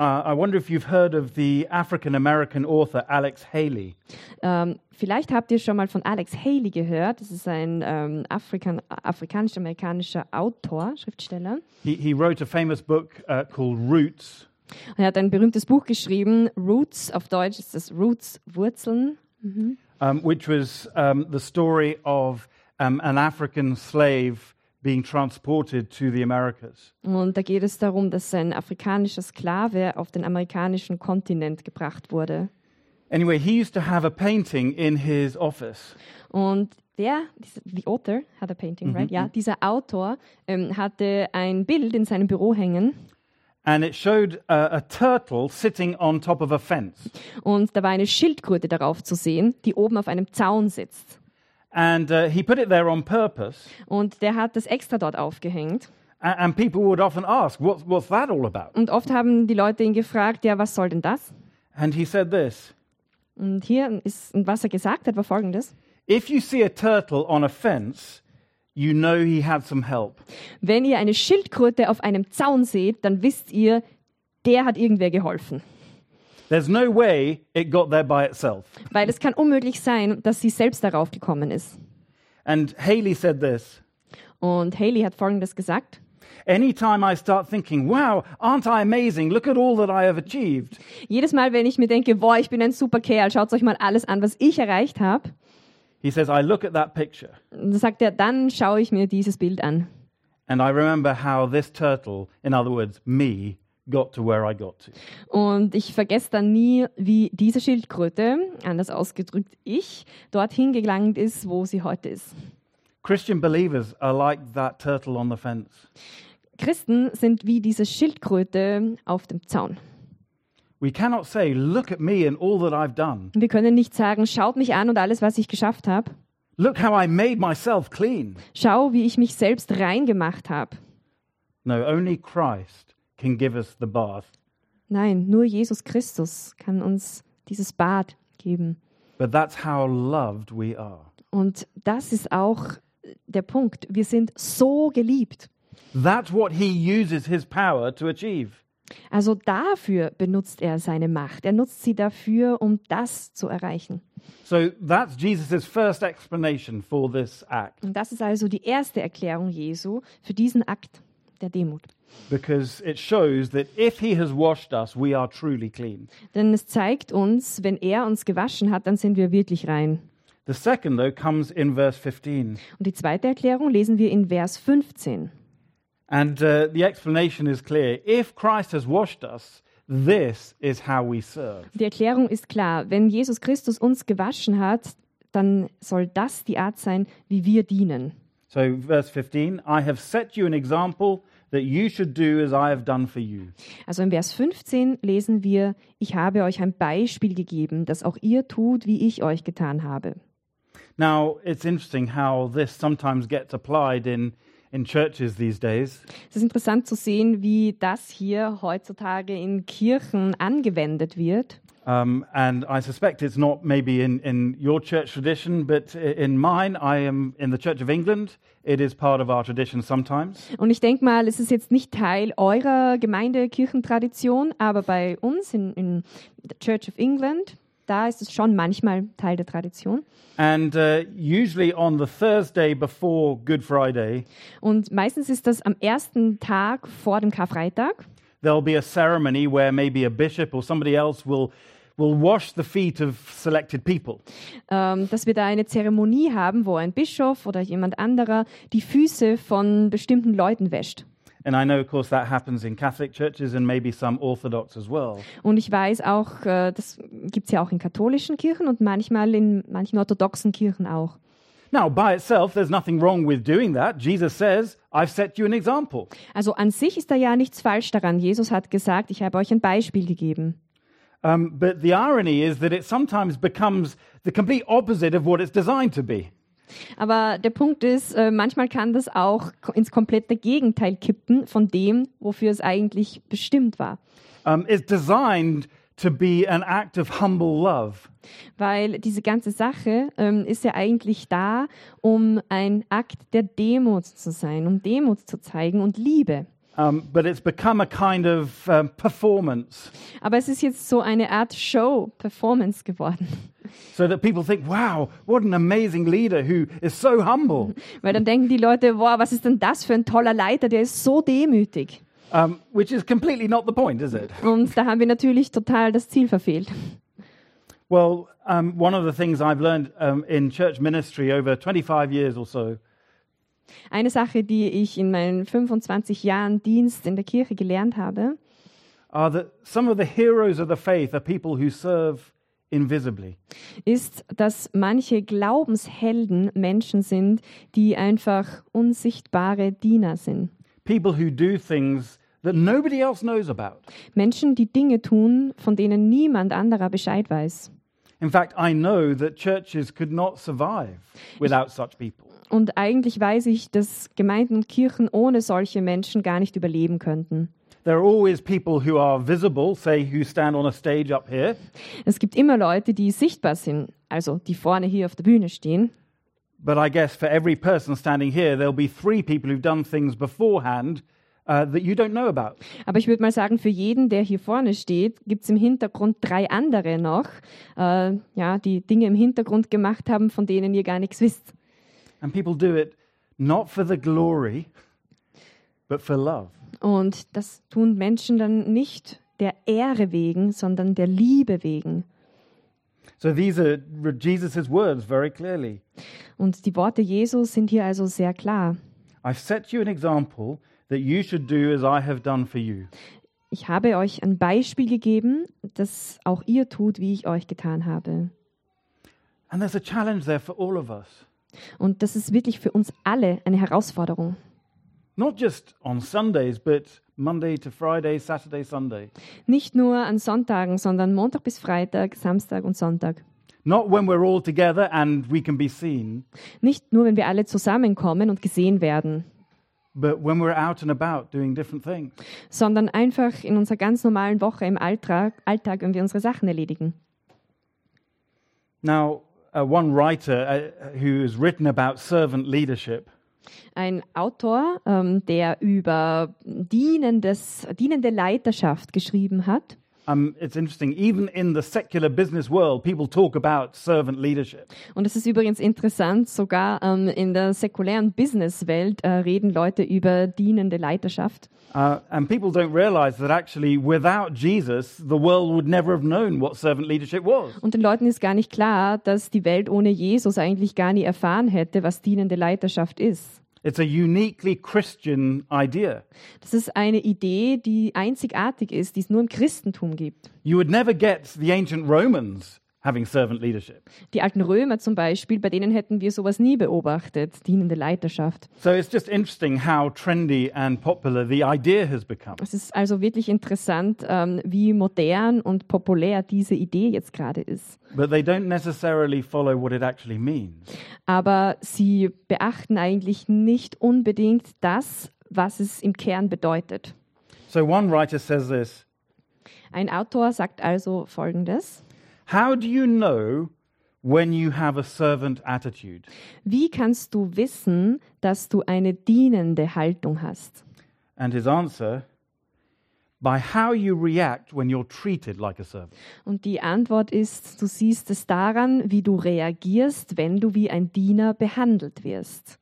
[SPEAKER 1] Uh, I wonder if you've heard of the African American author Alex Haley.
[SPEAKER 2] Ähm, vielleicht habt ihr schon mal von Alex Haley gehört. Das ist ein ähm, Afrikan afrikanisch-amerikanischer Autor, Schriftsteller.
[SPEAKER 1] He, he wrote a famous book uh, called Roots,
[SPEAKER 2] Er hat ein berühmtes Buch geschrieben, Roots, auf Deutsch ist das Roots, Wurzeln.
[SPEAKER 1] um, which was um, the story of um, an African slave being transported to the Americas.
[SPEAKER 2] Und da geht es darum, dass ein afrikanischer Sklave auf den amerikanischen Kontinent gebracht wurde.
[SPEAKER 1] Anyway, he used to have a painting in his office.
[SPEAKER 2] Und der, dieser, the author, had a painting, right? Ja, dieser Autor ähm, hatte ein Bild in seinem Büro hängen
[SPEAKER 1] And it showed uh, a turtle sitting on top of a fence.
[SPEAKER 2] und da war eine Schildkröte darauf zu sehen, die oben auf einem Zaun sitzt.
[SPEAKER 1] And uh, he put it there on purpose.
[SPEAKER 2] Und der hat das extra dort aufgehängt.
[SPEAKER 1] And, and people would often ask, what's, what's that all about?
[SPEAKER 2] Und oft haben die Leute ihn gefragt, ja, was soll denn das?
[SPEAKER 1] And he said this
[SPEAKER 2] Und hier ist, und was er gesagt hat, war folgendes.
[SPEAKER 1] If you see a turtle on a fence, you know he had some help.
[SPEAKER 2] Wenn ihr eine Schildkröte auf einem Zaun seht, dann wisst ihr, der hat irgendwer geholfen.
[SPEAKER 1] There's no way it got there by itself.
[SPEAKER 2] Weil es kann unmöglich sein, dass sie selbst darauf gekommen ist.
[SPEAKER 1] And Haley said this
[SPEAKER 2] Und Haley hat folgendes gesagt.
[SPEAKER 1] Anytime I start thinking, wow, aren't I amazing? Look at all that I have achieved.
[SPEAKER 2] Jedes Mal, wenn ich mir denke, boah, ich bin ein super Kerl, schaut euch mal alles an, was ich erreicht habe,
[SPEAKER 1] He says, I look at that picture
[SPEAKER 2] dann sagt er, dann schaue ich mir dieses Bild an.
[SPEAKER 1] and I remember how this turtle, in other words, me, got to where I got to.
[SPEAKER 2] Und ich vergesse dann nie, wie diese Schildkröte, anders ausgedrückt ich, dorthin gelangt ist, wo sie heute ist.
[SPEAKER 1] Christian believers are like that turtle on the fence.
[SPEAKER 2] Christen sind wie diese Schildkröte auf dem Zaun.
[SPEAKER 1] We cannot say, look at me and all that I've done.
[SPEAKER 2] Wir können nicht sagen, schaut mich an und alles, was ich geschafft habe.
[SPEAKER 1] Look how I made myself clean.
[SPEAKER 2] Schau, wie ich mich selbst rein gemacht habe.
[SPEAKER 1] No, only Christ can give us the bath.
[SPEAKER 2] Nein, nur Jesus Christus kann uns dieses Bad geben.
[SPEAKER 1] But that's how loved we are.
[SPEAKER 2] Und das ist auch der Punkt. Wir sind so geliebt.
[SPEAKER 1] That's what he uses his power to achieve.
[SPEAKER 2] Also dafür benutzt er seine Macht. Er nutzt sie dafür, um das zu erreichen.
[SPEAKER 1] So that's Jesus' first explanation for this act.
[SPEAKER 2] Und das ist also die erste Erklärung Jesu für diesen Akt der Demut.
[SPEAKER 1] because it shows that if he has washed us, we are truly clean.
[SPEAKER 2] Denn es zeigt uns, wenn er uns gewaschen hat, dann sind wir wirklich rein.
[SPEAKER 1] The second, though, comes in verse 15.
[SPEAKER 2] Und die zweite Erklärung lesen wir in Vers 15.
[SPEAKER 1] And uh, the explanation is clear. If Christ has washed us, this is how we serve.
[SPEAKER 2] Die Erklärung ist klar. Wenn Jesus Christus uns gewaschen hat, dann soll das die Art sein, wie wir dienen.
[SPEAKER 1] So, verse 15 I have set you an example that you should do as I have done for you.
[SPEAKER 2] Also in Vers 15 lesen wir, ich habe euch ein Beispiel gegeben, dass auch ihr tut, wie ich euch getan habe.
[SPEAKER 1] Now, it's interesting how this sometimes gets applied in, in churches these days.
[SPEAKER 2] Es ist interessant zu sehen, wie das hier heutzutage in Kirchen angewendet wird.
[SPEAKER 1] Um, and I suspect it's not maybe in, in your church tradition, but i- in mine, I am in the Church of England. It is part of our tradition sometimes.
[SPEAKER 2] Und ich denke mal, es ist jetzt nicht Teil eurer Gemeindekirchentradition, aber bei uns in, in der Church of England, da ist es schon manchmal Teil der Tradition.
[SPEAKER 1] And uh, usually on the Thursday before Good Friday,
[SPEAKER 2] Und meistens ist das am ersten Tag vor dem Karfreitag.
[SPEAKER 1] there'll be a ceremony where maybe a bishop or somebody else will, will wash the feet of selected people.
[SPEAKER 2] ähm, dass wir da eine Zeremonie haben, wo ein Bischof oder jemand anderer die Füße von bestimmten Leuten wäscht.
[SPEAKER 1] And I know, of course, that happens in Catholic churches and maybe some Orthodox as well.
[SPEAKER 2] Und ich weiß auch, äh, das gibt es ja auch in katholischen Kirchen und manchmal in manchen orthodoxen Kirchen auch.
[SPEAKER 1] Now, by itself, there's nothing wrong with doing that. Jesus says, I've set you an example.
[SPEAKER 2] Also an sich ist da ja nichts falsch daran. Jesus hat gesagt, ich habe euch ein Beispiel gegeben.
[SPEAKER 1] Um, but the irony is that it sometimes becomes the complete opposite of what it's designed to be.
[SPEAKER 2] Aber der Punkt ist, äh, manchmal kann das auch ko- ins komplette Gegenteil kippen von dem, wofür es eigentlich bestimmt war.
[SPEAKER 1] Um, it's designed to be an act of humble love.
[SPEAKER 2] Weil diese ganze Sache ähm, ist ja eigentlich da, um ein Akt der Demut zu sein, um Demut zu zeigen und Liebe.
[SPEAKER 1] Um, but it's become a kind of um, performance
[SPEAKER 2] Aber es ist jetzt so eine Art Show-Performance geworden.
[SPEAKER 1] so that people think, wow, what an amazing leader who is so humble.
[SPEAKER 2] Weil dann denken die Leute, wow, was ist denn das für ein toller Leiter, der ist so demütig.
[SPEAKER 1] um, which is completely not the point, is it?
[SPEAKER 2] Und da haben wir natürlich total das Ziel verfehlt.
[SPEAKER 1] Well, um, one of the things I've learned um, in church ministry over 25 years or so
[SPEAKER 2] Eine Sache, die ich in meinen 25 Jahren Dienst in der Kirche gelernt habe,
[SPEAKER 1] are that some of the heroes of the faith are people who serve invisibly.
[SPEAKER 2] ist, dass manche Glaubenshelden Menschen sind, die einfach unsichtbare Diener sind.
[SPEAKER 1] People who do things that nobody else knows about.
[SPEAKER 2] Menschen, die Dinge tun, von denen niemand anderer Bescheid weiß.
[SPEAKER 1] In fact, I know that churches could not survive without such people.
[SPEAKER 2] Und eigentlich weiß ich, dass Gemeinden und Kirchen ohne solche Menschen gar nicht überleben könnten.
[SPEAKER 1] There are always people who are visible, say, who stand on a stage up here,
[SPEAKER 2] Es gibt immer Leute, die sichtbar sind, also die vorne hier auf der Bühne stehen.
[SPEAKER 1] But I guess for every person standing here, there'll be three people who've done things beforehand uh, that you don't know about.
[SPEAKER 2] Aber ich würde mal sagen, für jeden, der hier vorne steht, gibt es im Hintergrund drei andere noch, äh, ja, die Dinge im Hintergrund gemacht haben, von denen ihr gar nichts wisst.
[SPEAKER 1] And people do it not for the glory, but for love.
[SPEAKER 2] Und das tun Menschen dann nicht der Ehre wegen, sondern der Liebe wegen.
[SPEAKER 1] So these are Jesus' words very clearly.
[SPEAKER 2] Und die Worte Jesu sind hier also sehr klar.
[SPEAKER 1] I've set you an example that you should do as I have done for you.
[SPEAKER 2] Ich habe euch ein Beispiel gegeben, dass auch ihr tut, wie ich euch getan habe.
[SPEAKER 1] And there's a challenge there for all of us,
[SPEAKER 2] Und das ist wirklich für uns alle eine Herausforderung.
[SPEAKER 1] not just on Sundays, but Monday to Friday, Saturday, Sunday.
[SPEAKER 2] Nicht nur an Sonntagen, sondern Montag bis Freitag, Samstag und Sonntag.
[SPEAKER 1] Not when we're all together and we can be seen,
[SPEAKER 2] Nicht nur, wenn wir alle zusammenkommen und gesehen werden,
[SPEAKER 1] but when we're out and about doing different things.
[SPEAKER 2] sondern einfach in unserer ganz normalen Woche im Alltag, Alltag wenn wir unsere Sachen erledigen.
[SPEAKER 1] Now, uh, one writer uh, who has written about servant leadership
[SPEAKER 2] Ein Autor, ähm, der über dienendes, dienende Leiterschaft geschrieben hat.
[SPEAKER 1] Um, it's interesting, even in the secular business world, people talk about servant leadership.
[SPEAKER 2] Und das ist übrigens interessant, sogar ähm, in der säkulären Businesswelt äh, reden Leute über dienende Leiterschaft.
[SPEAKER 1] Uh, and people don't realize that actually, without Jesus, the world would never have known what servant leadership was.
[SPEAKER 2] Und den Leuten ist gar nicht klar, dass die Welt ohne Jesus eigentlich gar nie erfahren hätte, was dienende Leiterschaft ist.
[SPEAKER 1] It's a uniquely Christian idea.
[SPEAKER 2] Das ist eine Idee, die einzigartig ist, die es nur im Christentum gibt.
[SPEAKER 1] You would never get the ancient Romans having servant leadership.
[SPEAKER 2] Die alten Römer zum Beispiel, bei denen hätten wir sowas nie beobachtet, dienende Leiterschaft.
[SPEAKER 1] So it's just interesting how trendy and popular the idea has become.
[SPEAKER 2] Es ist also wirklich interessant, ähm, wie modern und populär diese Idee jetzt gerade ist.
[SPEAKER 1] But they don't necessarily follow what it actually means.
[SPEAKER 2] Aber sie beachten eigentlich nicht unbedingt das, was es im Kern bedeutet.
[SPEAKER 1] So one writer says this
[SPEAKER 2] Ein Autor sagt also Folgendes.
[SPEAKER 1] How do you know when you have a servant attitude?
[SPEAKER 2] Wie kannst du wissen, dass du eine dienende Haltung hast?
[SPEAKER 1] And his answer by how you react when you're treated like a servant.
[SPEAKER 2] Und die Antwort ist, du siehst es daran, wie du reagierst, wenn du wie ein Diener behandelt wirst.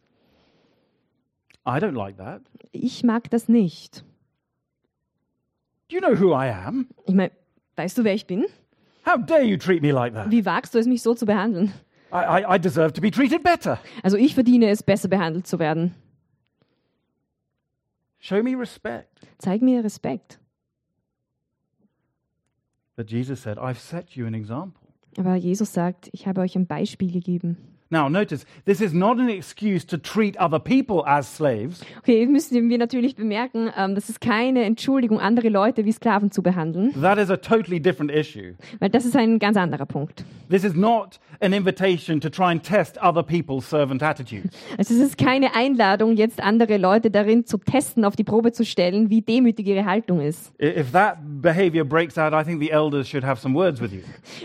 [SPEAKER 1] I don't like that.
[SPEAKER 2] Ich mag das nicht.
[SPEAKER 1] Do you know who I am?
[SPEAKER 2] Ich meine, weißt du, wer ich bin?
[SPEAKER 1] How dare you treat me like that?
[SPEAKER 2] Wie wagst du es, mich so zu behandeln?
[SPEAKER 1] I, I, I deserve to be treated better.
[SPEAKER 2] Also ich verdiene es, besser behandelt zu werden.
[SPEAKER 1] Show me respect.
[SPEAKER 2] Zeig mir Respekt.
[SPEAKER 1] But Jesus said, I've set you an example.
[SPEAKER 2] Aber Jesus sagt, ich habe euch ein Beispiel gegeben.
[SPEAKER 1] Now, notice, this is not an excuse to treat other people as slaves.
[SPEAKER 2] Okay, jetzt müssen wir natürlich bemerken, ähm, das ist keine Entschuldigung, andere Leute wie Sklaven zu behandeln,
[SPEAKER 1] That is a totally different issue.
[SPEAKER 2] weil das ist ein ganz anderer Punkt.
[SPEAKER 1] This is not an invitation to try and test other people's servant attitudes.
[SPEAKER 2] Also es ist keine Einladung, jetzt andere Leute darin zu testen, auf die Probe zu stellen, wie demütig ihre Haltung ist.
[SPEAKER 1] I- If that behavior breaks out, I think the elders should have some words with you.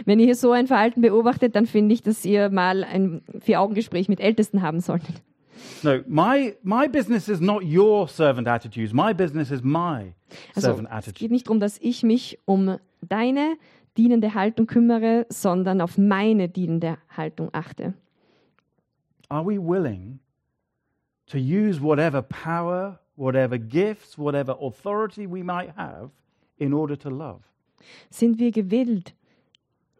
[SPEAKER 2] Wenn ihr hier so ein Verhalten beobachtet, dann finde ich, dass ihr mal ein Vier-Augen-Gespräch mit Ältesten haben solltet.
[SPEAKER 1] No, my, my business is not your servant attitudes. My business is my
[SPEAKER 2] Also
[SPEAKER 1] servant
[SPEAKER 2] es
[SPEAKER 1] attitude.
[SPEAKER 2] geht nicht darum, dass ich mich um deine dienende Haltung kümmere, sondern auf meine dienende Haltung achte.
[SPEAKER 1] Are we willing to use whatever power whatever gifts, whatever authority we might have in order to love.
[SPEAKER 2] Sind wir gewillt,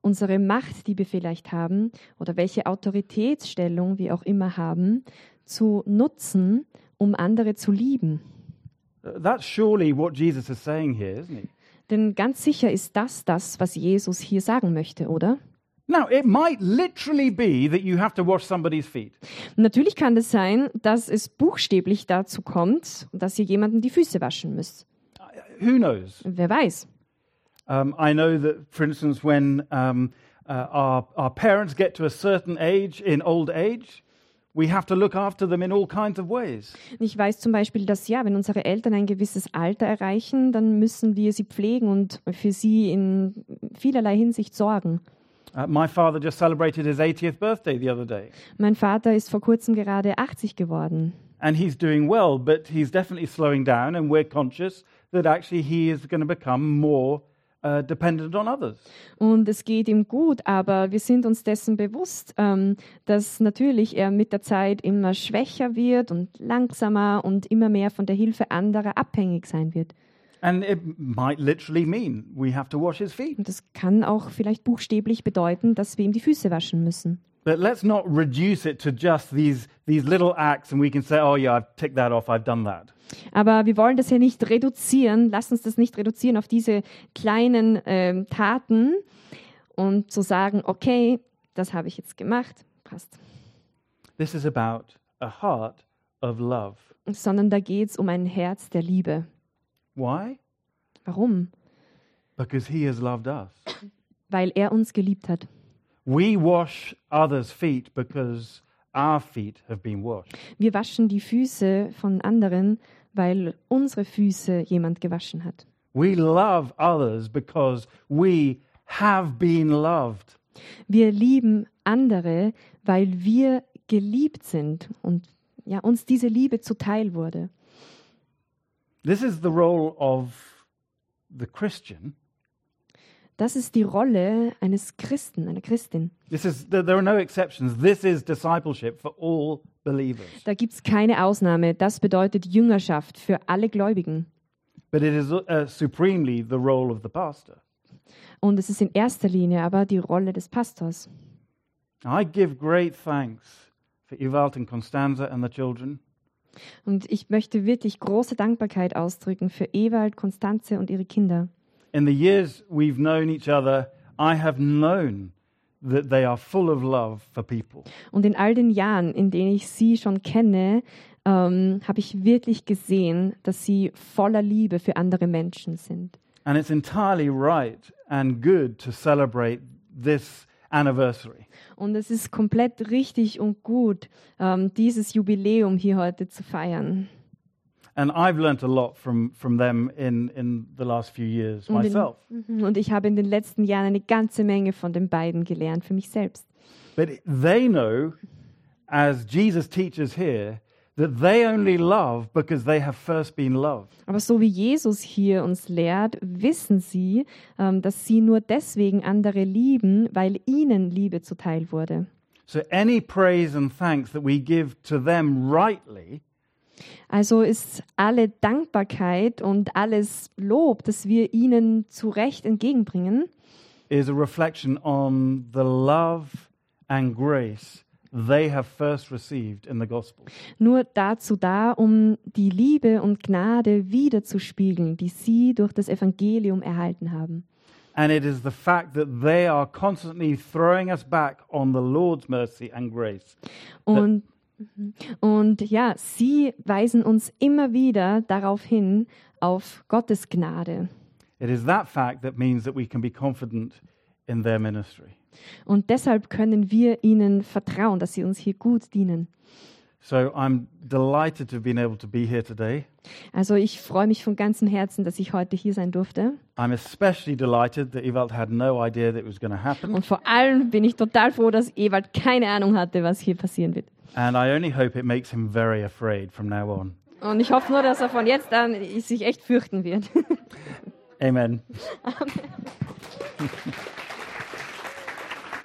[SPEAKER 2] unsere Macht, die wir vielleicht haben, oder welche Autoritätsstellung wir auch immer haben, zu nutzen, um andere zu lieben?
[SPEAKER 1] Uh, That's surely what Jesus is saying here, isn't he?
[SPEAKER 2] Denn ganz sicher ist das das, was Jesus hier sagen möchte, oder?
[SPEAKER 1] Now, it might literally be that you have to wash somebody's feet.
[SPEAKER 2] Natürlich kann es sein, dass es buchstäblich dazu kommt, dass ihr jemandem die Füße waschen müsst.
[SPEAKER 1] Who knows?
[SPEAKER 2] Wer weiß.
[SPEAKER 1] Um, I know that, for instance, when um, uh, our, our parents get to a certain age in old age, we have to look after them in all kinds of ways.
[SPEAKER 2] Ich weiß zum Beispiel, dass ja, wenn unsere Eltern ein gewisses Alter erreichen, dann müssen wir sie pflegen und für sie in vielerlei Hinsicht sorgen.
[SPEAKER 1] Uh, my father just celebrated his 80th birthday the other day,
[SPEAKER 2] Mein Vater ist vor kurzem gerade 80 geworden.
[SPEAKER 1] and he's doing well, but he's definitely slowing down, and we're conscious that actually he is going to become more uh, dependent on others.
[SPEAKER 2] Und es geht ihm gut, aber wir sind uns dessen bewusst, ähm, dass natürlich er mit der Zeit immer schwächer wird und langsamer und immer mehr von der Hilfe anderer abhängig sein wird.
[SPEAKER 1] And it might literally mean we have to wash his feet.
[SPEAKER 2] Und das kann auch vielleicht buchstäblich bedeuten, dass wir ihm die Füße waschen müssen.
[SPEAKER 1] But let's not reduce it to just these, these little acts and we can say, oh, yeah, I've ticked that off, I've done that.
[SPEAKER 2] Aber wir wollen das ja nicht reduzieren. Lass uns das nicht reduzieren auf diese kleinen ähm, Taten und zu sagen, okay, das habe ich jetzt gemacht, passt.
[SPEAKER 1] This is about a heart of love.
[SPEAKER 2] Sondern da geht es um ein Herz der Liebe.
[SPEAKER 1] Why?
[SPEAKER 2] Warum?
[SPEAKER 1] Because he has loved us.
[SPEAKER 2] Weil er uns geliebt hat.
[SPEAKER 1] We wash others' feet because our feet have been washed.
[SPEAKER 2] Wir waschen die Füße von anderen, weil unsere Füße jemand gewaschen hat.
[SPEAKER 1] We love others because we have been loved.
[SPEAKER 2] Wir lieben andere, weil wir geliebt sind und ja, uns diese Liebe zuteil wurde.
[SPEAKER 1] This is the role of the Christian.
[SPEAKER 2] Das ist die Rolle eines Christen, einer Christin.
[SPEAKER 1] This is there there are no exceptions. This is discipleship for all believers.
[SPEAKER 2] Da gibt es keine Ausnahme. Das bedeutet Jüngerschaft für alle Gläubigen.
[SPEAKER 1] But it is uh, supremely the role of the pastor.
[SPEAKER 2] Und es ist in erster Linie aber die Rolle des Pastors.
[SPEAKER 1] I give great thanks for Ivalt and Constanza and the children
[SPEAKER 2] Und ich möchte wirklich große Dankbarkeit ausdrücken für Ewald, Konstanze und ihre Kinder.
[SPEAKER 1] In the years we've known each other, I have known that they are full of love for people.
[SPEAKER 2] Und in all den Jahren, in denen ich sie schon kenne, ähm, habe ich wirklich gesehen, dass sie voller Liebe für andere Menschen sind.
[SPEAKER 1] And it's entirely right and good to celebrate this anniversary.
[SPEAKER 2] Und es ist komplett richtig und gut, ähm, dieses Jubiläum hier heute zu feiern.
[SPEAKER 1] And I've learnt a lot from, from them in, in the last few years
[SPEAKER 2] Und, in,
[SPEAKER 1] myself.
[SPEAKER 2] Mhm. und ich habe in den letzten Jahren eine ganze Menge von den beiden gelernt für mich selbst.
[SPEAKER 1] But they know, as Jesus teaches here, that they only love because they have first been loved.
[SPEAKER 2] Aber so wie Jesus hier uns lehrt, wissen sie, ähm, dass sie nur deswegen andere lieben, weil ihnen Liebe zuteil wurde.
[SPEAKER 1] So any praise and thanks that we give to them rightly
[SPEAKER 2] Also ist alle Dankbarkeit und alles Lob, das wir ihnen zu Recht entgegenbringen,
[SPEAKER 1] is a reflection on the love and grace they have first received in the gospel.
[SPEAKER 2] nur dazu da, um die Liebe und Gnade wiederzuspiegeln, die sie durch das Evangelium erhalten haben.
[SPEAKER 1] And it is the fact that they are constantly throwing us back on the Lord's mercy and grace.
[SPEAKER 2] Und, mhm. und ja, sie weisen uns immer wieder darauf hin, auf Gottes Gnade.
[SPEAKER 1] It is that fact that means that we can be confident in their ministry.
[SPEAKER 2] Und deshalb können wir ihnen vertrauen, dass sie uns hier gut dienen.
[SPEAKER 1] So I'm delighted to have been able to be here today.
[SPEAKER 2] Also ich freue mich von ganzem Herzen, dass ich heute hier sein durfte.
[SPEAKER 1] I'm especially delighted that Ewald had no idea that it was going to happen.
[SPEAKER 2] Und vor allem bin ich total froh, dass Ewald keine Ahnung hatte, was hier passieren wird.
[SPEAKER 1] And I only hope it makes him very afraid from now on.
[SPEAKER 2] Und ich hoffe nur, dass er von jetzt an sich echt fürchten wird.
[SPEAKER 1] Amen.